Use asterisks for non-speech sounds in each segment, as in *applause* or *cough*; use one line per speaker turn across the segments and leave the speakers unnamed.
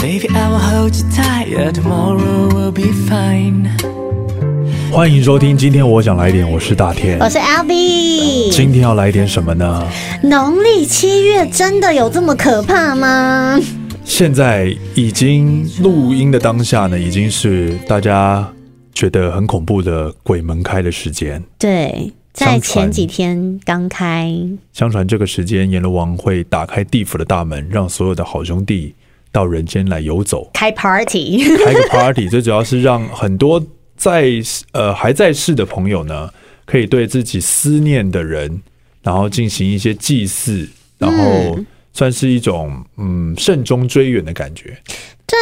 Maybe I will hold you tight, yeah, tomorrow will be fine.
欢迎收听，今天我想来一点，我是大天。
我是 L B。
今天要来一点什么呢？
农历七月真的有这么可怕吗？
现在已经录音的当下呢，已经是大家觉得很恐怖的鬼门开的时间。
对，在
相传
前几天刚开，，
相传这个时间，阎罗王会打开地府的大门，让所有的好兄弟到人间来游走
开 party， *laughs*
开个 party。最 *laughs* 主要是让很多在呃还在世的朋友呢，可以对自己思念的人，然后进行一些祭祀，然后
嗯
算是一种嗯慎终追远的感觉。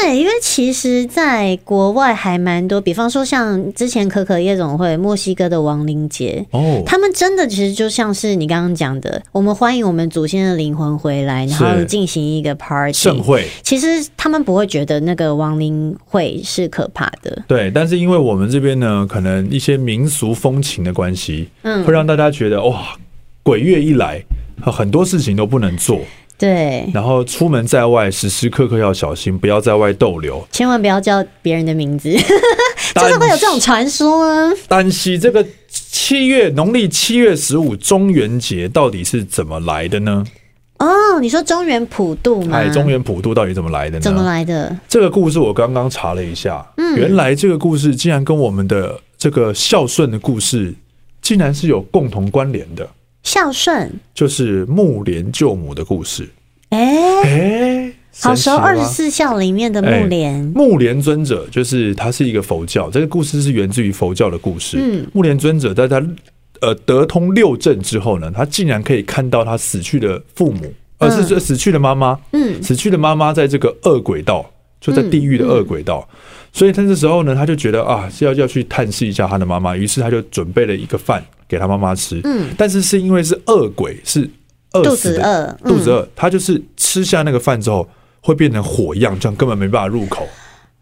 对，因为其实，在国外还蛮多，比方说像之前可可夜总会、墨西哥的亡灵节，
哦，
他们真的其实就像是你刚刚讲的，我们欢迎我们祖先的灵魂回来，然后
是
进行一个 party
盛会。
其实他们不会觉得那个亡灵会是可怕的，
对，但是因为我们这边呢，可能一些民俗风情的关系，
嗯
会让大家觉得哇，鬼月一来，很多事情都不能做，
对，
然后出门在外时时刻刻要小心，不要在外逗留。
千万不要叫别人的名字，真的会有这种传说啊？
担心这个七月农历七月十五中元节到底是怎么来的呢？
哦，你说中原普渡吗？
哎，中原普渡到底怎么来的呢？
怎么来的？
这个故事我刚刚查了一下，原来这个故事竟然跟我们的这个孝顺的故事，竟然是有共同关联的。
孝顺，
就是木莲救母的故事。
哎、
哎、
好熟，
神奇吗
二十四孝里面的
哎
木莲，
木莲尊者就是他是一个佛教，这个故事是源自于佛教的故事。
嗯
木莲尊者在他呃得通六证之后呢，他竟然可以看到他死去的父母，而是这死去的妈妈。
嗯，
死去的妈妈在这个恶鬼道，就在地狱的恶鬼道。
嗯
所以他这时候呢，他就觉得啊，是要要去探视一下他的妈妈，于是他就准备了一个饭给他妈妈吃。
嗯，
但是是因为是恶鬼，是饿
肚
死
子
的
饿，嗯
肚子饿，他就是吃下那个饭之后会变成火一样，这样根本没办法入口。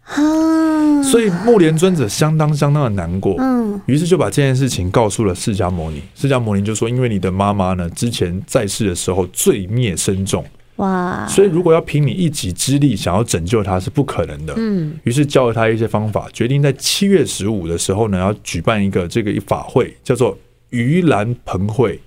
啊，
所以木莲尊者相当相当的难过，
嗯，
于是就把这件事情告诉了释迦牟尼。释迦牟尼就说：“因为你的妈妈呢，之前在世的时候罪孽深重，
哇，
所以如果要凭你一己之力想要拯救她是不可能的。”
嗯，
于是教了他一些方法，决定在七月十五的时候呢，要举办一个这个法会，叫做盂兰盆会。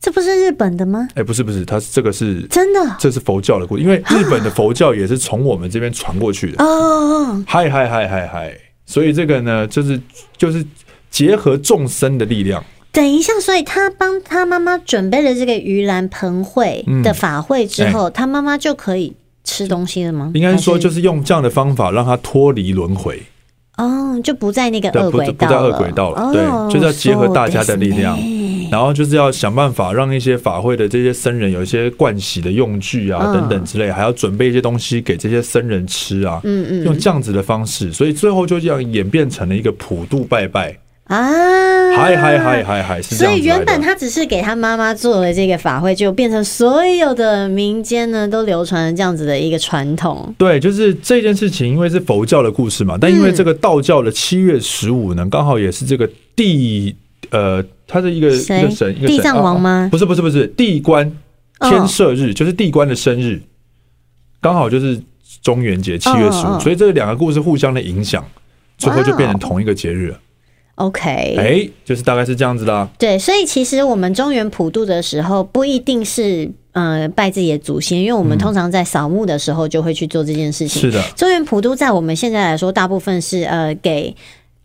这不是日本的吗？
哎，不是不是，他这个是
真的
这是佛教的故事，因为日本的佛教也是从我们这边传过去的。
哦，
嗨嗨嗨嗨嗨！所以这个呢，就是就是结合众生的力量，
等一下，所以他帮他妈妈准备了这个盂兰盆会
嗯
的法会之后，他妈妈就可以吃东西了吗？
应该说
还
就是用这样的方法让他脱离轮回，
哦，就不在那个
对，
恶
不
鬼
不
道
在
了，
恶鬼道了，
哦
对，就是要结合大家的力量
そうですね。
然后就是要想办法让一些法会的这些僧人有一些盥洗的用具啊
嗯
等等之类，还要准备一些东西给这些僧人吃啊，
嗯
用这样子的方式，所以最后就这样演变成了一个普渡拜拜，
嗯啊，
嗨嗨嗨！嗨嗨，是这
所
样
以
子来
原本
的。
他只是给他妈妈做了这个法会，就变成所有的民间呢都流传了这样子的一个传统。
对，就是这件事情，因为是佛教的故事嘛，但因为这个道教的七月十五呢，刚好也是这个地呃，它是一个一
谁
个神，一个神
地藏王吗哦
啊啊不是不是不是，地官哦天赦日，就是地官的生日，刚好就是中元节七月十
嗯嗯
五，
嗯
所以这两个故事互相的影响，最后就变成同一个节日了。
哦 OK，、
哎，就是大概是这样子啦。
对，所以其实我们中原普渡的时候，不一定是呃拜自己的祖先，因为我们通常在扫墓的时候就会去做这件事
嗯
情。
是的，
中原普渡在我们现在来说，大部分是呃给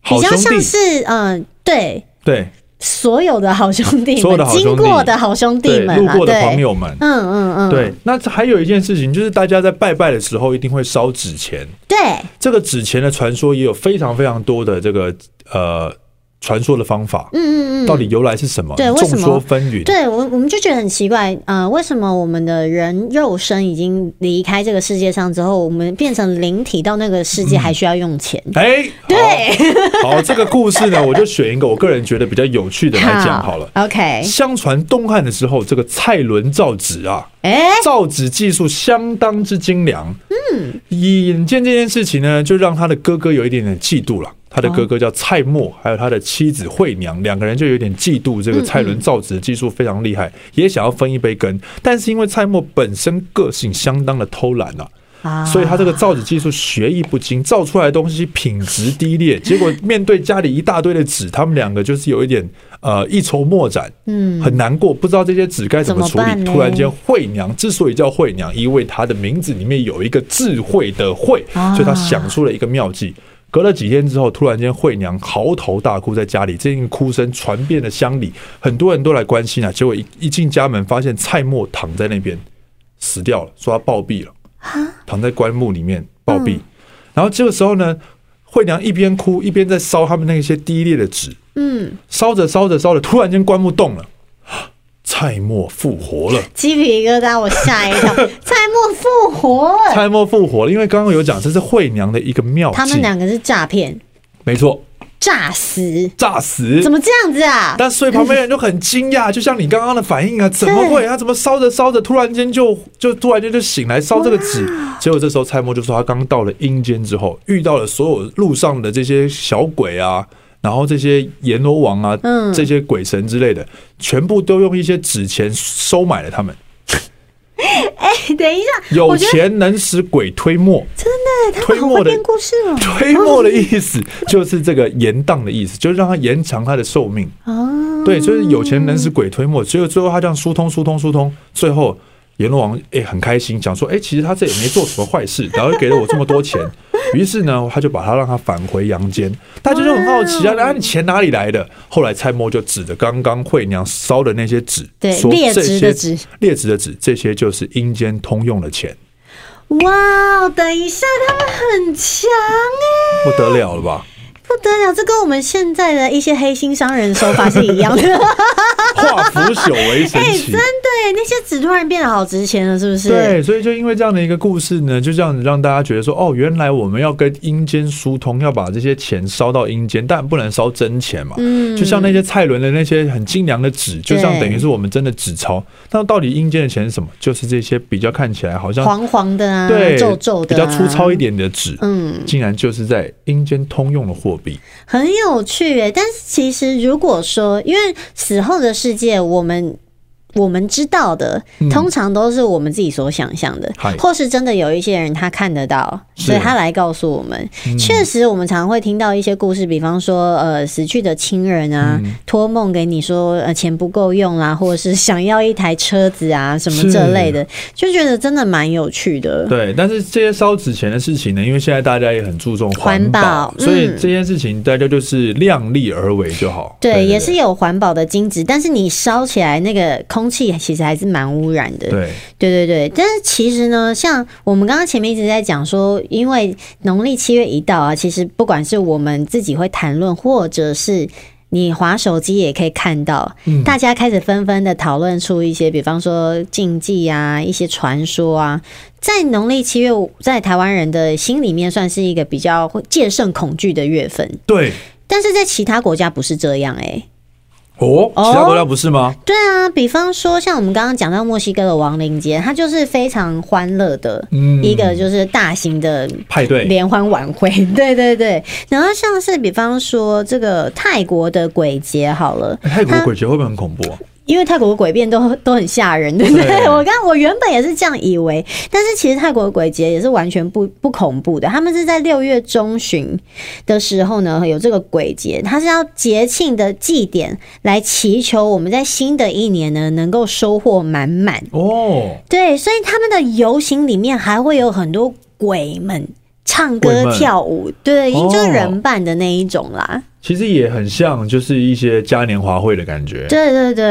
比
好
较
兄
像
弟，
是嗯、呃对
对
所有的好兄弟
所有的
们
好兄弟
经过的好兄弟
对，
们
路
啦
过的
啊对
朋友们。
嗯嗯嗯，
对，那还有一件事情，就是大家在拜拜的时候一定会烧纸钱。
对，
这个纸钱的传说也有非常非常多的这个呃传说的方法，
嗯嗯嗯，
到底由来是什么？
对为
众
什么
说纷纭。
对我，我们就觉得很奇怪，呃，为什么我们的人肉身已经离开这个世界上之后，我们变成灵体到那个世界还需要用钱？
哎，对，好，这个故事呢，
*laughs*
我就选一个我个人觉得比较有趣的来讲好了。
，OK，
相传东汉的时候，这个蔡伦造纸啊，
哎、
造纸技术相当之精良。嗯，眼见这件事情呢，就让他的哥哥有一点点嫉妒了。他的哥哥叫蔡墨，还有他的妻子惠娘，两个人就有点嫉妒这个蔡伦造纸的技术非常厉害，也想要分一杯羹。但是因为蔡墨本身个性相当的偷懒啊，
啊，
所以他这个造纸技术学艺不精，造出来的东西品质低劣，结果面对家里一大堆的纸，他们两个就是有一点呃一筹莫展，嗯，很难过，不知道这些纸该怎么处
怎么办
理。
呢
突然间，惠娘之所以叫惠娘，因为她的名字里面有一个智慧的慧，
啊
所以她想出了一个妙计。隔了几天之后，突然间惠娘嚎啕大哭，在家里，这个哭声传遍了乡里，很多人都来关心啊。结果一一进家门，发现蔡墨躺在那边死掉了，说他暴毙了。躺在棺木里面暴
嗯
毙。然后这个时候呢，惠娘一边哭一边在烧他们那些低劣的纸，
嗯，
烧着烧着烧着，突然间棺木动了，蔡墨复活
*laughs*
了。
鸡皮疙瘩我吓一跳，
*laughs*
蔡莫复活了，
蔡墨复活了，因为刚刚有讲这是惠娘的一个妙
他们
计，
两个是诈骗，
没错，
诈死，
诈死
怎。么这样子啊？
但所以旁边人就很惊讶，就像你刚刚的反应啊，怎么会？他怎么烧着烧着，突然间就就突然间就醒来烧这个纸？结果这时候蔡默就说，他刚到了阴间之后，遇到了所有路上的这些小鬼啊，然后这些阎罗王啊，
嗯
这些鬼神之类的，全部都用一些纸钱收买了他们。
*laughs* 等一下，
有
我觉得
钱能使鬼推磨，
真的，他
推
们好
磨
会
的
编故事 *laughs* 哦。
推磨的意思就是这个延宕的意思， *laughs* 就是让他延长他的寿命。
哦，
对，就是有钱能使鬼推磨，只有最后他这样疏通疏通疏通，最后阎罗王哎、很开心，讲说哎、其实他这也没做什么坏事，然后给了我这么多
*laughs*
钱，于是呢他就把他让他返回阳间，大家就很好奇啊，那、你钱哪里来的？后来蔡默就指着刚刚惠娘烧的那些纸，
对
说
劣
这
质
些
的纸，
劣质的纸，这些就是阴间通用的钱，
哇哦，等一下，他们很强哎、
不得了了吧？
不得了，这跟我们现在的一些黑心商人手法是一样
*laughs*
的。
化腐朽为神
*laughs* 哎、
奇
真。的哎、那些纸突然变得好值钱了，是不是？
对，所以就因为这样的一个故事呢，就这样子让大家觉得说，哦，原来我们要跟阴间疏通，要把这些钱烧到阴间，但不能烧真钱嘛。
嗯
就像那些蔡伦的那些很精良的纸，就像
对
等于是我们真的纸钞。那到底阴间的钱是什么？就是这些比较看起来好像
黄黄的啊，
对
皱皱的、
比较粗糙一。点的纸，
嗯，
竟然就是在阴间通用的货币。
很有趣诶。但是其实如果说，因为死后的世界，我们。我们知道的，通常都是我们自己所想象的，
嗯嗨
或是真的有一些人他看得到，
是嗯
所以他来告诉我们。确、实，我们常会听到一些故事，比方说，呃，死去的亲人啊，
嗯
托梦给你说，呃，钱不够用啦、或者是想要一台车子啊，什么
是
这类的，就觉得真的蛮有趣的。
对，但是这些烧纸钱的事情呢，因为现在大家也很注重
环
保，
保嗯
所以这件事情大家就是量力而为就好。
对，也是有环保的金纸，但是你烧起来那个空气其实还是蛮污染的。
对。
对对对，但是其实呢，像我们刚刚前面一直在讲说，因为农历七月一到啊，其实不管是我们自己会谈论，或者是。你划手机也可以看到，大家开始纷纷的讨论出一些，比方说禁忌啊，一些传说啊，在农历七月，在台湾人的心里面算是一个比较会戒慎恐惧的月份，
对
但是在其他国家不是这样哎、
哦，
哦
其他国家不是吗？
对啊，比方说像我们刚刚讲到墨西哥的亡灵节，它就是非常欢乐的、
嗯
一个就是大型的
派对
联欢晚会。对对对，然后像是比方说这个泰国的鬼节好了，
哎泰国鬼节会不会很恐怖啊？
因为泰国的鬼变都都很吓人，对不对？
对
我刚我原本也是这样以为，但是其实泰国的鬼节也是完全不不恐怖的，他们是在六月中旬的时候呢有这个鬼节，它是要节庆的祭典来祈求我们在新的一年呢能够收获满满。
哦，
对，所以他们的游行里面还会有很多鬼们。唱歌
鬼们
跳舞，对，
哦
就是人扮的那一种啦。
其实也很像，就是一些嘉年华会的感觉。
对对对，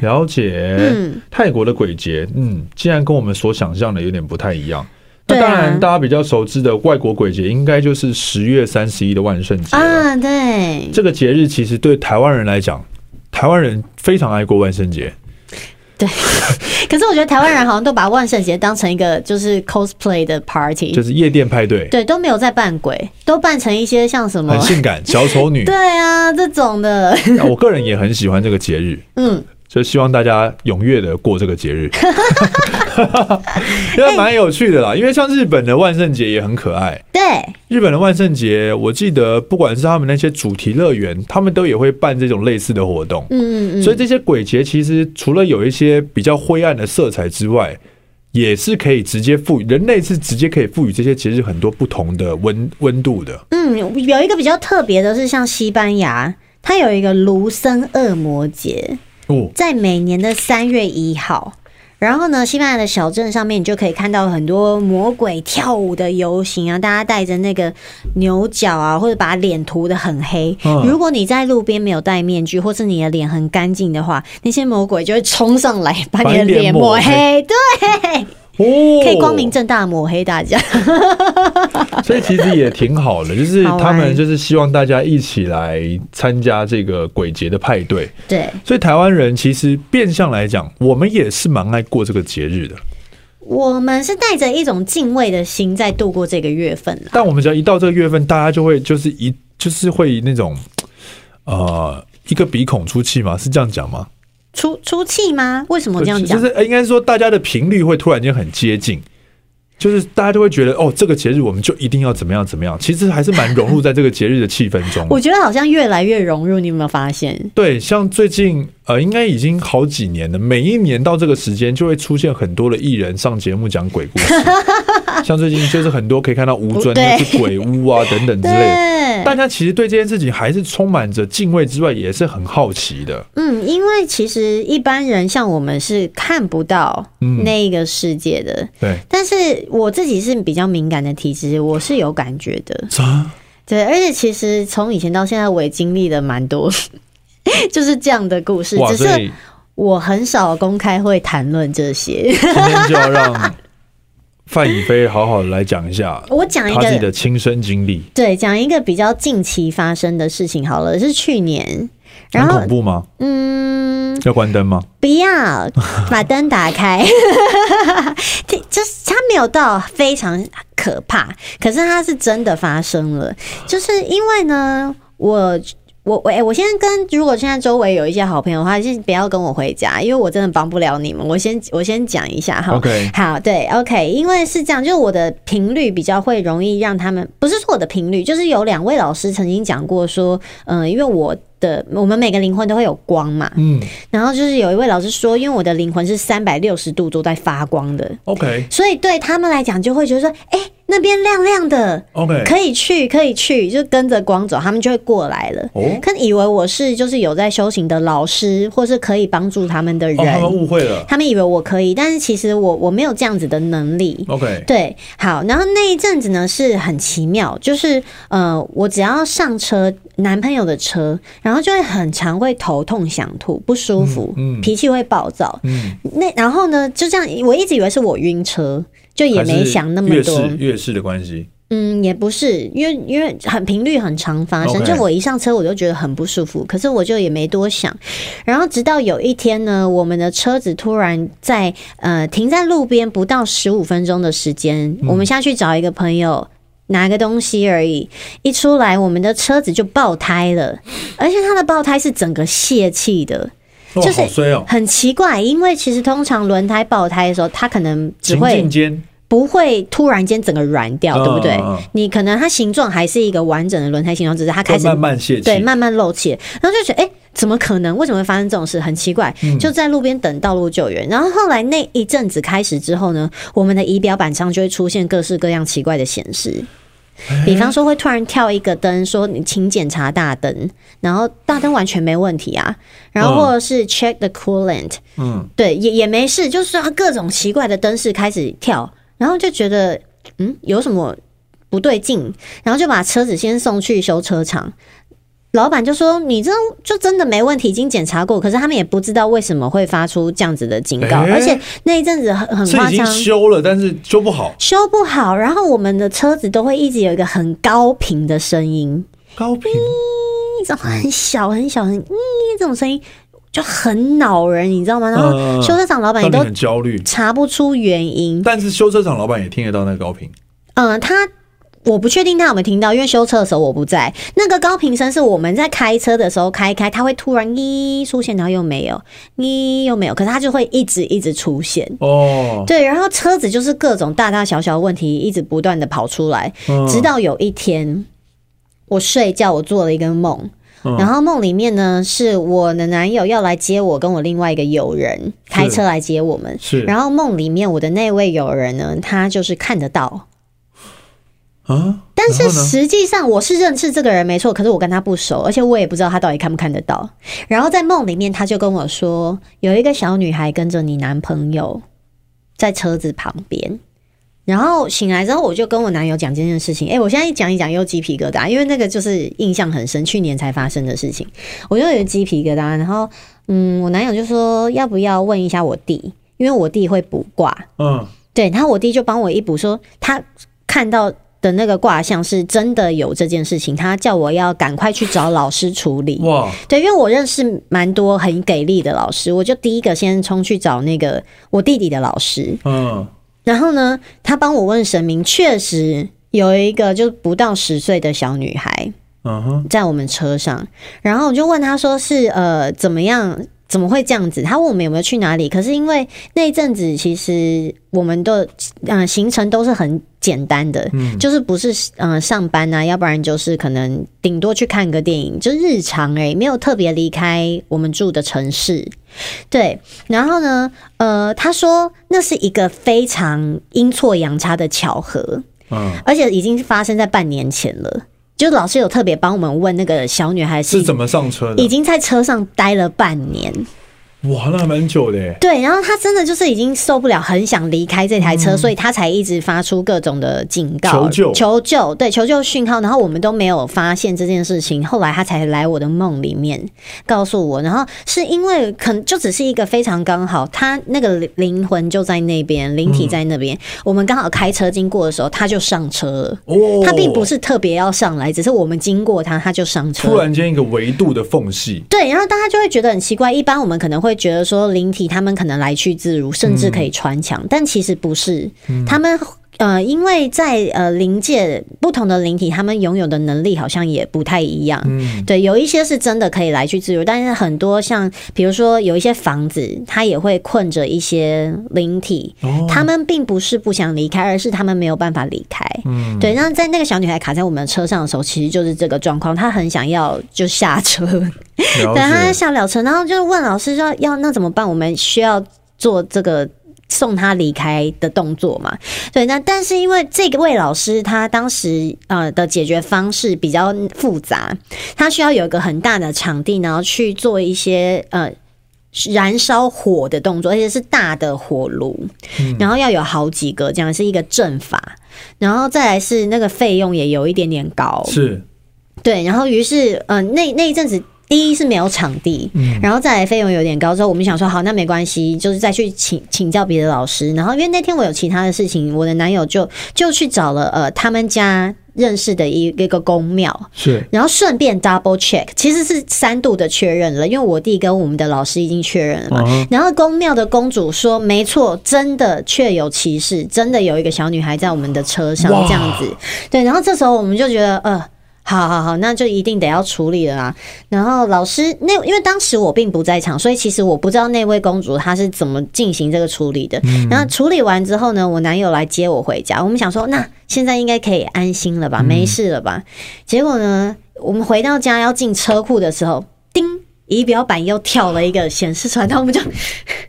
了解，
嗯
泰国的鬼节，嗯，竟然跟我们所想象的有点不太一样。那
对啊
当然，大家比较熟知的外国鬼节，应该就是十月三十一的万圣节了。
啊，对，
这个节日其实对台湾人来讲，台湾人非常爱过万圣节，
*laughs* 可是我觉得台湾人好像都把万圣节当成一个就是 cosplay 的 party，
就是夜店派对，
对，都没有在扮鬼，都扮成一些像什么
很，性感，小丑女
*laughs* 对。啊这种的， *laughs*
那我个人也很喜欢这个节日，
嗯，
就希望大家踊跃的过这个节
*laughs*
日，因为蛮有趣的啦。因为像日本的万圣节也很可爱，
对，
日本的万圣节，我记得不管是他们那些主题乐园，他们都也会办这种类似的活动。
嗯嗯嗯，
所以这些鬼节其实除了有一些比较灰暗的色彩之外，也是可以直接赋予人类是直接可以赋予这些节日很多不同的温温度的。
嗯，有一个比较特别的是，像西班牙，它有一个卢森恶魔节，
哦，
在每年的三月一号。然后呢，西班牙的小镇上面，你就可以看到很多魔鬼跳舞的游行啊，大家戴着那个牛角啊，或者把脸涂的很黑。
嗯
如果你在路边没有戴面具，或是你的脸很干净的话，那些魔鬼就会冲上来把
把
你的
你脸
脸
抹
抹黑，对，
哦，
可以光明正大地抹黑大家。
所以其实也挺好的，就是
好玩
他们就是希望大家一起来参加这个鬼节的派对。
对，
所以台湾人其实变相来讲，我们也是蛮爱过这个节日的。
我们是带着一种敬畏的心在度过这个月份啦。
但我们只要一到这个月份，大家就会就是一就是会那种呃一个鼻孔出气嘛，是这样讲吗？
出出气吗？为什么这样
就
讲？
是呃应该说大家的频率会突然间很接近。就是大家就会觉得哦，这个节日我们就一定要怎么样怎么样，其实还是蛮融入在这个节日的气氛中的。
我觉得好像越来越融入，你有没有发现？
对，像最近呃，应该已经好几年了，每一年到这个时间就会出现很多的艺人上节目讲鬼故
*laughs*
事，像最近就是很多可以看到吴尊
对
那是鬼屋啊等等之
对，
类的。大家其实对这件事情还是充满着敬畏之外，也是很好奇的。
嗯，因为其实一般人像我们是看不到
嗯
那一个世界的，
对，
但是我自己是比较敏感的体质，我是有感觉的。
啊
对，而且其实从以前到现在，我也经历了蛮多 *laughs* 就是这样的故事，
哇，
*laughs* 只
所
是
以
我很少公开会谈论这些。 *laughs*
今天就要让范以飞好好的来讲一下
我讲一
他自己
个，
的亲身经历，
对，讲一个比较近期发生的事情好了，是去年，
很
然后
恐怖吗？
嗯，
要关灯吗？
不要把灯打开， *laughs* 这就是它没有到非常可怕，可是它是真的发生了，就是因为呢，我。我我、欸我先跟，如果现在周围有一些好朋友的话，先不要跟我回家，因为我真的帮不了你们。我先我先讲一下哈。
OK
好，对，OK，因为是这样，就是我的频率比较会容易让他们，不是说我的频率，就是有两位老师曾经讲过说，嗯、因为我的我们每个灵魂都会有光嘛，
嗯
然后就是有一位老师说，因为我的灵魂是三百六十度都在发光的，
，OK
所以对他们来讲就会觉得说，哎、那边亮亮的，
OK，
可以去，可以去，就跟着光走，他们就会过来了。
哦
可能以为我是就是有在修行的老师，或是可以帮助他们的
哦，他
人，
们误会了
他们以为我可以，但是其实我我没有这样子的能力。
，OK，
对，好，然后那一阵子呢是很奇妙，就是呃，我只要上车男朋友的车，然后就会很常会头痛、想吐、不舒服，
嗯嗯
脾气会暴躁。
嗯。
那然后呢，就这样，我一直以为是我晕车，就也没想那么
还
多
是。越式的关系，
嗯，也不是，因为因为很频率很常发生
OK
就我一上车我就觉得很不舒服，可是我就也没多想。然后直到有一天呢，我们的车子突然在呃停在路边不到十五分钟的时间，
嗯
我们下去找一个朋友。拿个东西而已，一出来我们的车子就爆胎了，而且它的爆胎是整个泄气的，
哇，
就是
好衰哦！
很奇怪。因为其实通常轮胎爆胎的时候，它可能只
情
会
境间，
不会突然间整个软掉，
嗯
对不对？
嗯嗯
你可能它形状还是一个完整的轮胎形状，只是它开
会
始
慢慢泄气，
对慢慢漏气，然后就觉得哎、诶怎么可能？为什么会发生这种事？很奇怪，
嗯
就在路边等道路救援。然后后来那一阵子开始之后呢，我们的仪表板上就会出现各式各样奇怪的显示。
哎
比方说，会突然跳一个灯，说你请检查大灯，然后大灯完全没问题啊，然后或者是 check the coolant，
嗯，
对，也也没事，就是它各种奇怪的灯饰开始跳，然后就觉得嗯有什么不对劲，然后就把车子先送去修车厂。老板就说：“你这就真的没问题，已经检查过。可是他们也不知道为什么会发出这样子的警告，
诶
而且那一阵子很很
是
夸
已经
张，
修了，但是修不好，
修不好，然后我们的车子都会一直有一个很高频的声音，
高频
一种很小很小很嗯这种声音就很恼人，你知道吗？然
嗯嗯
后
嗯
修车厂老板也
让你
都
很焦虑。
查不出原因。
但是修车厂老板也听得到那个高频，
嗯，他我不确定他有没有听到，因为修车的时候我不在。那个高频声是我们在开车的时候开一开，它会突然咦出现，然后又没有，咦又没有，可是它就会一直一直出现。
哦，
对，然后车子就是各种大大小小的问题一直不断的跑出来，
嗯
直到有一天我睡觉，我做了一个梦，然后梦里面呢，是我的男友要来接我，跟我另外一个友人开车来接我们。
是
然后梦里面我的那位友人呢，他就是看得到，
啊，
但是
然后呢
实际上我是认识这个人没错，可是我跟他不熟，而且我也不知道他到底看不看得到。然后在梦里面，他就跟我说，有一个小女孩跟着你男朋友在车子旁边。然后醒来之后，我就跟我男友讲这件事情。哎，我现在一讲一讲又鸡皮疙瘩，因为那个就是印象很深，去年才发生的事情，我就有鸡皮疙瘩。然后，嗯，我男友就说要不要问一下我弟，因为我弟会卜卦，
嗯，
对，然后我弟就帮我一补说，他看到的那个卦象是真的有这件事情，他叫我要赶快去找老师处理。
哇，
对，因为我认识蛮多很给力的老师，我就第一个先冲去找那个我弟弟的老师，
嗯，
然后呢，他帮我问神明，确实有一个就是不到十岁的小女孩，
嗯哼，
在我们车上，然后我就问他说是呃怎么样，怎么会这样子？他问我们有没有去哪里，可是因为那一阵子其实我们的嗯、呃行程都是很简单的，就是不是嗯、呃上班啊，要不然就是可能顶多去看个电影，就日常而已，没有特别离开我们住的城市。对，然后呢，呃，他说那是一个非常阴错阳差的巧合，
嗯，
而且已经发生在半年前了。就老师有特别帮我们问那个小女孩
是怎么上车的
已？经在车上待了半年，
哇，那还蛮久的耶，
对，然后她真的就是已经受不了，很想离开这台车，所以她才一直发出各种的警告、
嗯求救
求救，对，求救讯号。然后我们都没有发现这件事情，后来她才来我的梦里面告诉我。然后是因为可能就只是一个非常刚好，她那个灵灵魂就在那边，灵
嗯
体在那边，我们刚好开车经过的时候，她就上车了。
哦，
他并不是特别要上来，只是我们经过他，他就上车。
突然间一个维度的缝隙，
对，然后大家就会觉得很奇怪。一般我们可能会觉得说灵体他们可能来去自如，甚至可
嗯
以穿墙，但其实不是。他们呃，因为在呃灵界不同的灵体，他们拥有的能力好像也不太一样。
嗯，
对，有一些是真的可以来去自如，但是很多像比如说有一些房子，它也会困着一些灵体，
哦
他们并不是不想离开，而是他们没有办法离开。
嗯，
对，那在那个小女孩卡在我们车上的时候，其实就是这个状况，她很想要就下车，
了
对，她
解，
下不了车，然后就问老师说要那怎么办？我们需要做这个。送她离开的动作嘛，对，那但是因为这位老师他当时呃的解决方式比较复杂，他需要有一个很大的场地，然后去做一些呃燃烧火的动作，而且是大的火炉，
嗯
然后要有好几个，这样是一个阵法，然后再来是那个费用也有一点点高，
是，
对，然后于是嗯、呃那那一阵子。第一是没有场地，然后再来费用有点高，之后我们想说好，那没关系，就是再去请请教别的老师。然后因为那天我有其他的事情，我的男友就就去找了呃他们家认识的一一个公庙，
是，
然后顺便 double check，其实是三度的确认了，因为我弟跟我们的老师已经确认了嘛。
嗯
然后宫庙的公主说：“没错，真的确有其事，真的有一个小女孩在我们的车上
哇
这样子。”对，然后这时候我们就觉得，呃，好好好，那就一定得要处理了啦。然后老师那因为当时我并不在场，所以其实我不知道那位公主她是怎么进行这个处理的。
嗯
然后处理完之后呢，我男友来接我回家，我们想说，那现在应该可以安心
嗯
了吧，没事了吧？结果呢，我们回到家要进车库的时候，叮。仪表板又跳了一个显示出来，然后我们就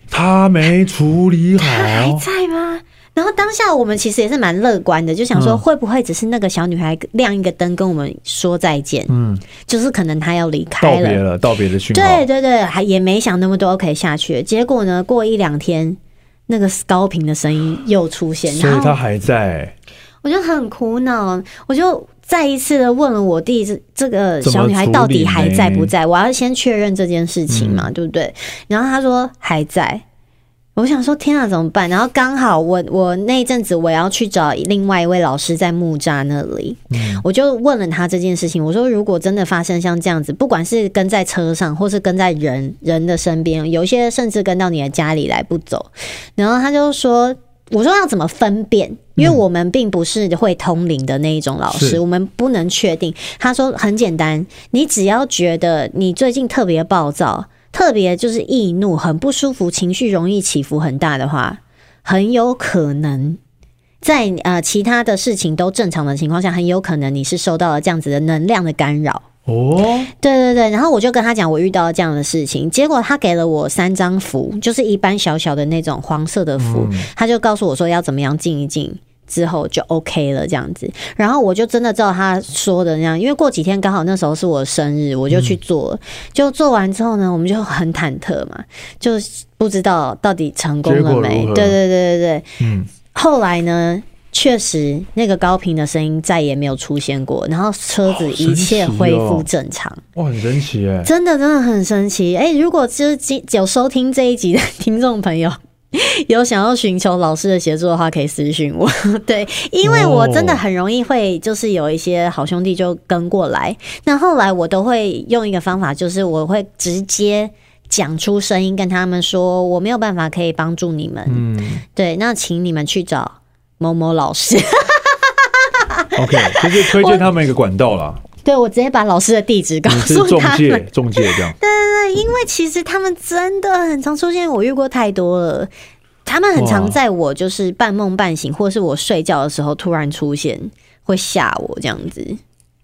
他没处理好，
还在吗？然后当下我们其实也是蛮乐观的，就想说
嗯
会不会只是那个小女孩亮一个灯跟我们说再见，
嗯，
就是可能她要离
道
开
别
了。
了，道别的讯号，
对对对，还也没想那么多，OK 下去了。结果呢，过一两天，那个高频的声音又出现，
所以
然
他
后
还在，
我就很苦恼，我就再一次的问了我弟，这这个
怎么
小女孩
处
到底
理
还
呢嗯
在不在？我要先确认这件事情嘛，对不对？然后他说还在。我想说天啊，怎么办？然后刚好我我那一阵子我要去找另外一位老师在木栅那里，我就问了他这件事情。我说如果真的发生像这样子，不管是跟在车上，或是跟在人人的身边，有一些甚至跟到你的家里来不走，然后他就说。我说要怎么分辨？因为我们并不是会通灵的那一种老师，
是
我们不能确定。他说很简单，你只要觉得你最近特别暴躁，特别就是易怒，很不舒服，情绪容易起伏很大的话，很有可能在呃其他的事情都正常的情况下，很有可能你是受到了这样子的能量的干扰。
哦，
对对对，然后我就跟他讲我遇到了这样的事情，结果他给了我三张符，就是一般小小的那种黄色的符，
嗯
他就告诉我说要怎么样静一静。之后就 OK 了，这样子，然后我就真的照他说的那样，因为过几天刚好那时候是我生日，我就去做了。就做完之后呢，我们就很忐忑嘛，就不知道到底成功
结
了
果
没。
如何
对对对对对，
嗯，
后来呢，确实那个高频的声音再也没有出现过，然后车
好
子
神
一切
奇
恢
哦
复正常。
哇，很神奇哎，
真的真的很神奇。哎、如果就是今有收听这一集的听众朋友。 *laughs* 有想要寻求老师的协助的话，可以私信我。 *laughs* 对，因为我
哦
真的很容易会，就是有一些好兄弟就跟过来，那后来我都会用一个方法，就是我会直接讲出声音跟他们说，我没有办法可以帮助你们，
嗯
对，那请你们去找某某老师。 *laughs*
，OK，就是推荐他们一个管道啦。
对我直接把老师的地址告
你是
诉
中
他们
介，。中介
*laughs*
这样，
因为其实他们真的很常出现，我遇过太多了。他们很常
哇
在我就是半梦半醒，或是我睡觉的时候突然出现，会吓我这样子。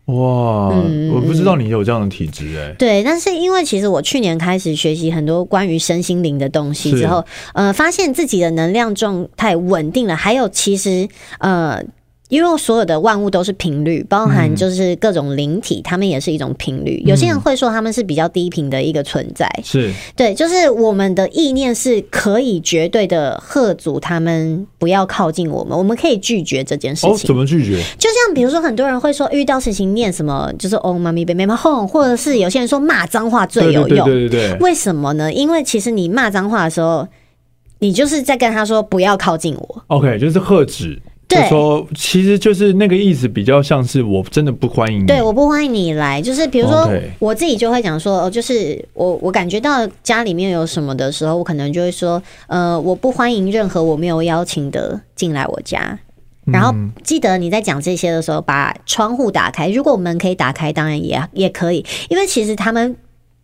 哇，
嗯
我不知道你有这样的体质哎，
对，但是因为其实我去年开始学习很多关于身心灵的东西
是
之后，呃，发现自己的能量状态稳定了，还有其实呃。因为所有的万物都是频率，包含
嗯
就是各种灵体，它们也是一种频率。有些人会说它们是比较低频的一个存在，
是
对，就是我们的意念是可以绝对的喝阻他们不要靠近我们，我们可以拒绝这件事
哦，
情。
怎么拒绝？
就像比如说，很多人会说遇到事情念什么，就是哦妈咪被妹妹哄，或者是有些人说骂脏话最
对
有
对
用。
对对对对，
为什么呢？因为其实你骂脏话的时候，你就是在跟他说不要靠近我。
，OK，就是喝止，就
对
说其实就是那个意思，比较像是我真的不欢迎你，
对，我不欢迎你来。就是比如说
嗯 OK，
我自己就会讲说，哦，就是我我感觉到家里面有什么的时候，我可能就会说，呃，我不欢迎任何我没有邀请的进来我家。
嗯
然后记得你在讲这些的时候，把窗户打开。如果门可以打开，当然也也可以，因为其实他们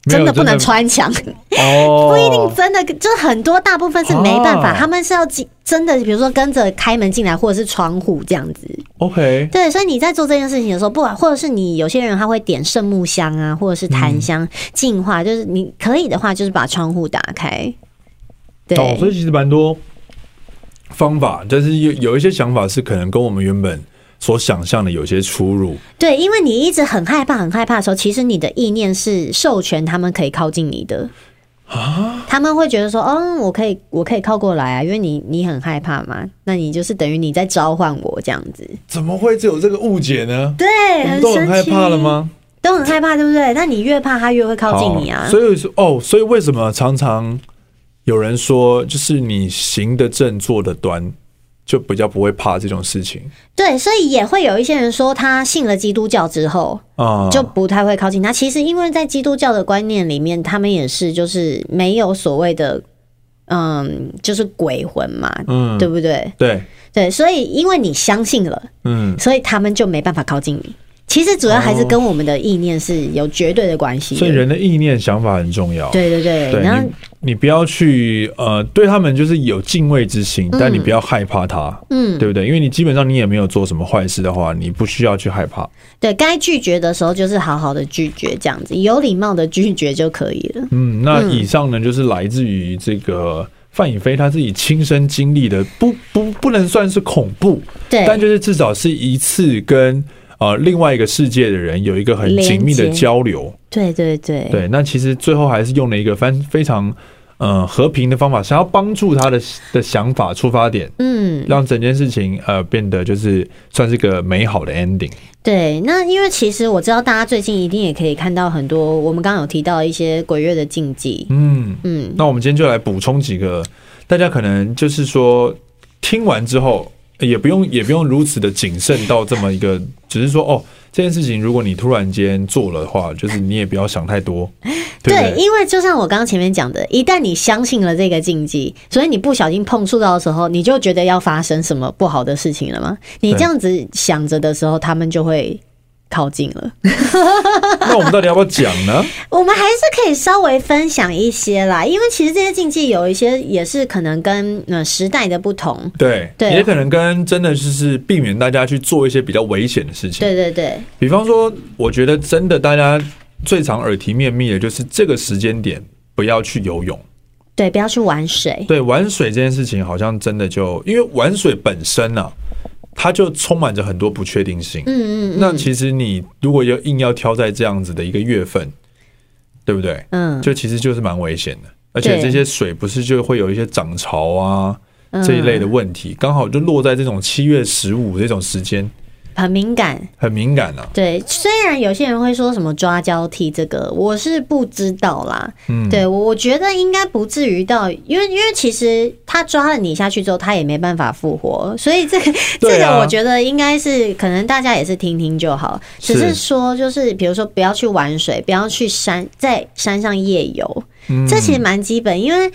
没有
真的不能
真的
穿墙，
哦，
不一定真的，就是很多大部分是没办法，
啊
他们是要进真的，比如说跟着开门进来，或者是窗户这样子。
OK，
对，所以你在做这件事情的时候，不管或者是你有些人他会点圣木香啊，或者是檀
嗯
香净化，就是你可以的话，就是把窗户打开。对，
哦，所以其实蛮多方法，但是有有一些想法是可能跟我们原本所想象的有些出入。
对，因为你一直很害怕、很害怕的时候，其实你的意念是授权他们可以靠近你的。
啊
他们会觉得说，嗯，我可以，我可以靠过来啊，因为你你很害怕嘛，那你就是等于你在召唤我这样子，
怎么会只有这个误解呢？
对，
我们嗯都很
很
害
神奇
怕了？吗？
都很害怕，对不对？那你越怕，他越会靠近你啊
好。所以说哦，所以为什么常常有人说，就是你行得正，坐得端，就比较不会怕这种事情
对，所以也会有一些人说，他信了基督教之后，
啊？
就不太会靠近他。其实因为在基督教的观念里面，他们也是就是没有所谓的，嗯，就是鬼魂嘛，
嗯
对不对？
对，
对，所以因为你相信了，
嗯，
所以他们就没办法靠近你。其实主要还是跟我们的意念是有绝对的关系
哦
的。
所以人的意念想法很重要。
对对对，
对
然后
你，你不要去呃，对他们就是有敬畏之心，但你不要害怕他，
嗯
对不对？因为你基本上你也没有做什么坏事的话，你不需要去害怕。
对该拒绝的时候就是好好的拒绝，这样子有礼貌的拒绝就可以了。
嗯，那以上呢，就是来自于这个范以飞他自己亲身经历的，不不不能算是恐怖，
对，
但就是至少是一次跟呃另外一个世界的人有一个很紧密的
连接
交流。
对对对，
对，那其实最后还是用了一个非非常呃和平的方法，想要帮助他的的想法出发点。
嗯。
让整件事情呃变得就是算是个美好的 ending。
对，那因为其实我知道大家最近一定也可以看到很多，我们刚刚有提到一些鬼月的禁忌，
嗯，
嗯，
那我们今天就来补充几个，大家可能就是说听完之后呃也不用也不用如此的谨慎到这么一个，只是说哦这件事情如果你突然间做了的话，就是你也不要想太
*laughs*
多，对不对？
因为就像我刚刚前面讲的，一旦你相信了这个禁忌，所以你不小心碰触到的时候，你就觉得要发生什么不好的事情了吗？你这样子想着的时候，他们就会靠近了。 *laughs*
那我们到底要不要讲呢？
我们还是可以稍微分享一些啦，因为其实这些禁忌有一些也是可能跟呃时代的不同。
对，
对
也可能跟真的就是避免大家去做一些比较危险的事情。
对对对，
比方说，我觉得真的大家最常耳提面命的就是这个时间点不要去游泳。
对，不要去玩水。
对，玩水这件事情好像真的就因为玩水本身呢、啊，它就充满着很多不确定性。
嗯嗯
那其实你如果要硬要挑在这样子的一个月份，对不对？
嗯，
就其实就是蛮危险的，而且这些水不是就会有一些涨潮啊这一类的问
嗯
题，刚好就落在这种七月十五这种时间，
很敏感。
很敏感啊。
对，虽然有些人会说什么抓交替这个，我是不知道啦。
嗯，
对我我觉得应该不至于到，因为因为其实他抓了你下去之后，他也没办法复活，所以这
*laughs*
个、这
对
个
啊
我觉得应该是可能大家也是听听就好，只是
是
说就是比如说不要去玩水，不要去山在山上夜游，
嗯
这其实蛮基本，因为。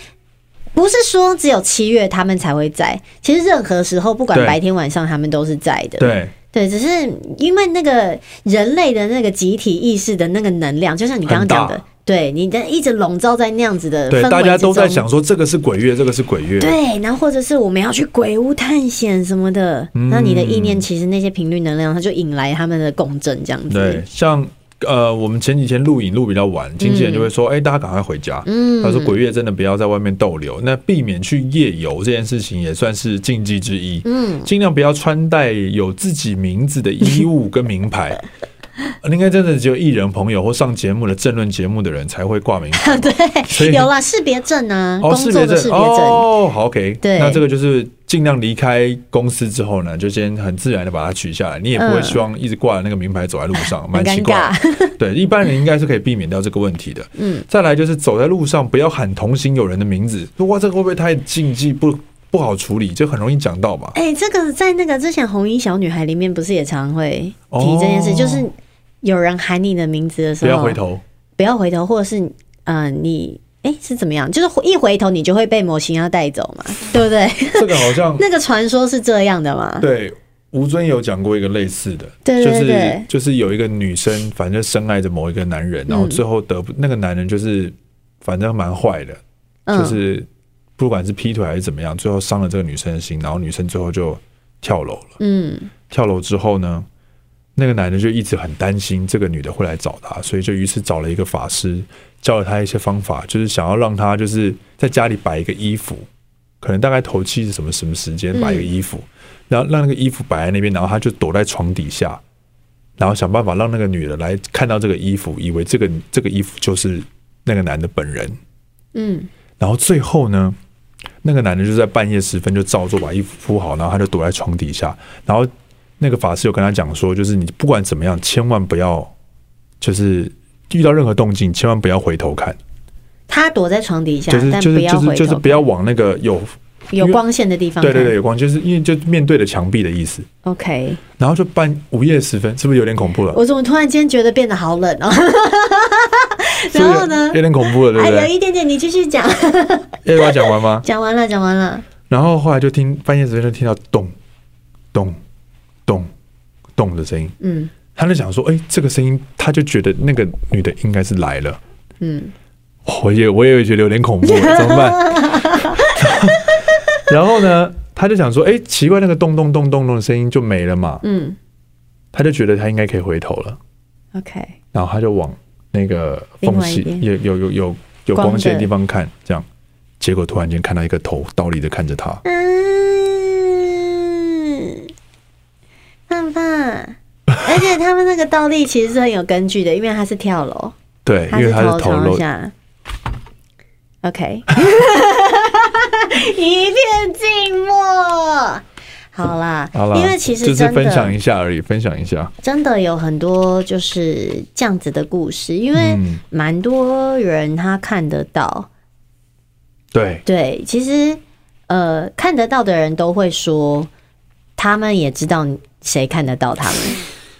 不是说只有七月他们才会在，其实任何时候，不管
对
白天晚上，他们都是在的。
对
对，只是因为那个人类的那个集体意识的那个能量，就像你刚刚讲的
很，
对你的一直笼罩在那样子的氛
对，
围之中
大家都在想，说这个是鬼月，这个是鬼月。
对，然后或者是我们要去鬼屋探险什么的，
嗯
那你的意念其实那些频率能量，它就引来他们的共振，这样
对
子。
像呃，我们前几天录影录比较晚，经纪人就会说：“哎、大家赶快回家。”
嗯 *laughs*
他说：“鬼月真的不要在外面逗留，那避免去夜游这件事情也算是禁忌之一。
嗯，。
尽量不要穿戴有自己名字的衣物跟名牌。呃应该真的只有艺人朋友或上节目的政论节目的人才会挂名牌
对，
所以
有啦，识别证啊，
哦，
*laughs* 工
识别
作的
证
识别证，
哦，好 OK，
对
那这个就是尽量离开公司之后呢，就先很自然的把它取下来，你也不会
嗯
希望一直挂着那个名牌走在路上，蛮
很
奇
尴
怪的。
尬。 *laughs*
*laughs* 对，一般人应该是可以避免掉这个问题的。
嗯，
再来就是走在路上不要喊同行友人的名字，哇，这个会不会太禁忌不不好处理，就很容易讲到嘛。
哎、这个在那个之前《红衣小女孩》里面不是也常会提这件事，
哦
就是有人喊你的名字的时
不
候，
要回
*laughs*
头，
不要回头，或者是嗯、呃你哎、是怎么样？就是一回头你就会被魔形要带
*laughs*
走嘛，对不对？
这个好像
那个传说是这样的嘛？
对吴尊有讲过一个类似的，
对对
就是
对
就是有一个女生，反正深爱着某一个男人，
嗯
然后最后得不那个男人就是反正蛮坏的，
嗯，
就是不管是劈腿还是怎么样，最后伤了这个女生的心，然后女生最后就跳楼了。
嗯，
跳楼之后呢，那个男的就一直很担心这个女的会来找他，所以就于是找了一个法师，教了他一些方法，就是想要让他就是在家里摆一个衣服，可能大概头七是什么什么时
嗯
间摆一个衣服，然后让那个衣服摆在那边，然后他就躲在床底下，然后想办法让那个女的来看到这个衣服，以为这个这个衣服就是那个男的本人。
嗯，
然后最后呢，那个男的就在半夜时分就照做把衣服铺好，然后他就躲在床底下。然后那个法师有跟他讲说，就是你不管怎么样，千万不要就是遇到任何动静，千万不要回头看，
他躲在床底下，
就是
啊但
就
不
是
要
就
回头
是
看，
就是不要往那个有
有光线的地方
对
看。
对对有光，就是因为就面对着墙壁的意思。
OK，
然后就半午夜时分，是不是有点恐怖了？
我怎么突然间觉得变得好冷哦？
是不是
然后呢
有？点恐怖了，对
还 *laughs*
不
哎有
对？
一点点，你继续讲， *laughs*
要把它讲完吗？
讲完了，讲完了。
然后后来就听半夜时分就听到咚咚咚咚的声音，
嗯
他就想说，哎、这个声音，他就觉得那个女的应该是来了。哦
嗯，
我也我也觉得有点
*laughs*
恐怖，怎么办？ *laughs* 然后呢，他就想说，哎、奇怪，那个咚咚咚咚咚的声音就没了嘛。
嗯
他就觉得他应该可以回头了，
，OK，
然后他就往那个缝隙
另外一边
有有有有有光线的地方看，这样，结果突然间看到一个头倒立的看着他，
啊嗯，爸
*laughs*
爸，而且他们那个倒立其实是很有根据的，因为他是跳楼，
对，因
是
为他是头
朝
露，
下。OK，一片静默。好啦，
好啦，
因为其
就
实
是
真
分享
的
一下而已，分享一下，
真的有很多就是这样子的故事，因为
嗯，
蛮多人他看得到，
对，
对，其实呃，看得到的人都会说，他们也知道谁看得到他们，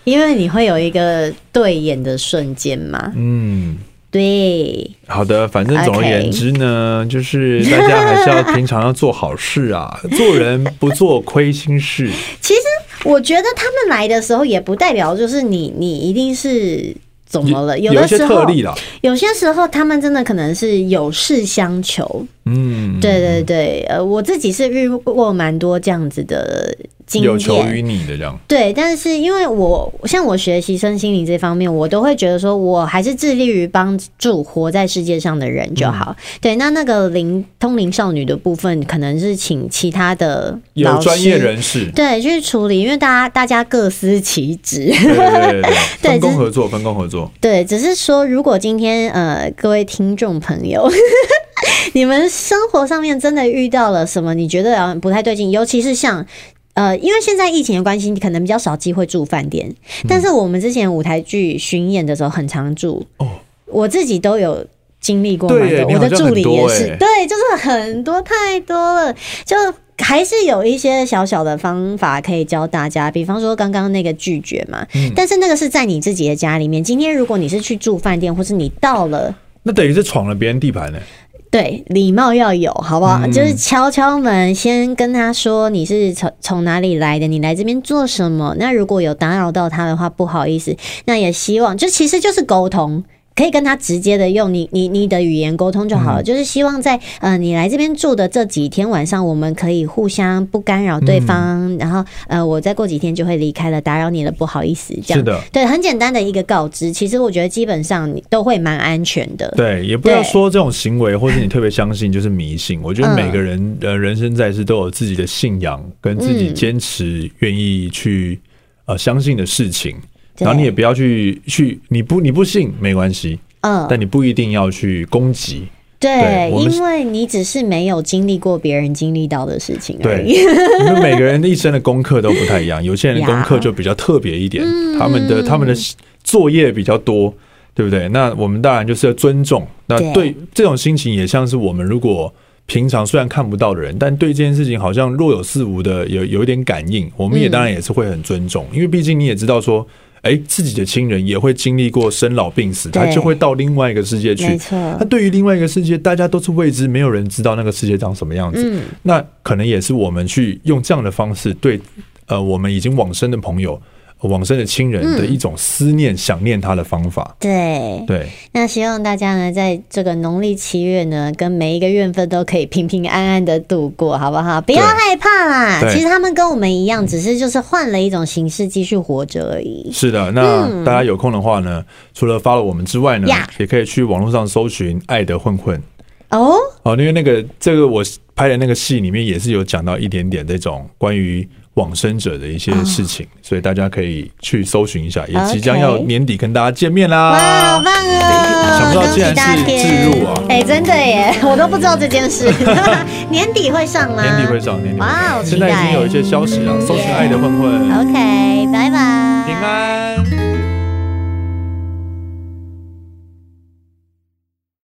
因为你会有一个对眼的瞬间嘛。
嗯。
对，
好的，反正总而
OK
言之呢就是大家还是要平常要做好事啊，做人不做亏心事。
其实我觉得他们来的时候，也不代表就是你你一定是 *laughs* 怎么了，
有
的
一些
时候
特例啦，
有些时候他们真的可能是有事相求。
嗯，
对对对，呃，我自己是遇过蛮多这样子的经
有求
验。
于你的这样，
对，但是因为我像我学习身心灵这方面，我都会觉得说，我还是致力于帮助活在世界上的人就好。
嗯
对，那那个灵通灵少女的部分，可能是请其他的老
有
师
专业人
*laughs*
士，
对去处理，因为大家大家各司其职。 *laughs*
对对对对，
对
分
就
工
是
合作，分工合作，
对，只是说，如果今天呃，各位听众朋友，你们生活上面真的遇到了什么，你觉得啊不太对劲，尤其是像。呃，因为现在疫情的关系，你可能比较少机会住饭店，
嗯
但是我们之前舞台剧巡演的时候很常住，
哦
我自己都有经历过
对
蛮
耶
多，
你
我
好
的
像
助
很
理
多
也是
耶，
对，就是很多太多了，就还是有一些小小的方法可以教大家，比方说刚刚那个拒绝嘛，
嗯
但是那个是在你自己的家里面。今天如果你是去住饭店，或是你到了。
那等于是闯了别人地盘呢、
对，礼貌要有，好不好？
嗯
就是敲敲门，先跟他说你是从从哪里来的，你来这边做什么。那如果有打扰到他的话，不好意思。那也希望，就其实就是沟通。可以跟他直接的用你你你的语言沟通就
嗯
好了，就是希望在呃你来这边住的这几天晚上，我们可以互相不干扰对方，
嗯
然后呃我再过几天就会离开了，打扰你了，不好意思，这样
是的，
对，很简单的一个告知。其实我觉得基本上你都会蛮安全的，
对，也不要
对
说这种行为，或者你特别相信就是迷信。我觉得
嗯
每个人、呃，人生在世都有自己的信仰，跟自己
嗯
坚持愿意去呃相信的事情。
对
然后你也不要去去，你不你不信没关系，
嗯，
但你不一定要去攻击。
对
对，我们
因为你只是没有经历过别人经历到的事情而 *laughs*
对，
已。
因为每个人的一生的功课都不太一样，有些人的功课就比较特别一点，他们
嗯
的他们的作业比较多，对不对？那我们当然就是要尊重。那
对
对这种心情，也像是我们如果平常虽然看不到的人，但对这件事情好像若有似无的有有一点感应，我们也当然也是会很尊重，
嗯
因为毕竟你也知道说。哎，自己的亲人也会经历过生老病死，他
对
就会到另外一个世界去。
没错
那对于另外一个世界，大家都是未知，没有人知道那个世界长什么样子。
嗯
那可能也是我们去用这样的方式对，呃，我们已经往生的朋友、呃往生的亲人的一种思念、想念他的方法。
嗯 *laughs* 对，
对，
那希望大家呢，在这个农历七月呢，跟每一个缘分都可以平平安安的度过，好不好？不要
对
害怕啦，
对
其实他们跟我们一样，只是就是换了一种形式继续活着而已。
是的。
嗯
那大家有空的话呢，除了 follow 我们之外呢
呀，
也可以去网络上搜寻“爱的混混
哦，”
哦，因为那个这个我拍的那个戏里面也是有讲到一点点这种关于。往生者的一些事情，所以大家可以去搜寻一
嗯
下，也即将要
OK
年底跟大家见面啦。
哇，好棒哦！
啊想不到
恭
竟
喜
然
大
是
天！
置入啊！
哎、真的耶，我都不知道这件事。 *laughs* 年底会上吗？
年底会上，年底会
哇好
上。
期
现在已
待
经有一些消息了，搜寻爱的混混，
OK，拜拜。
平安。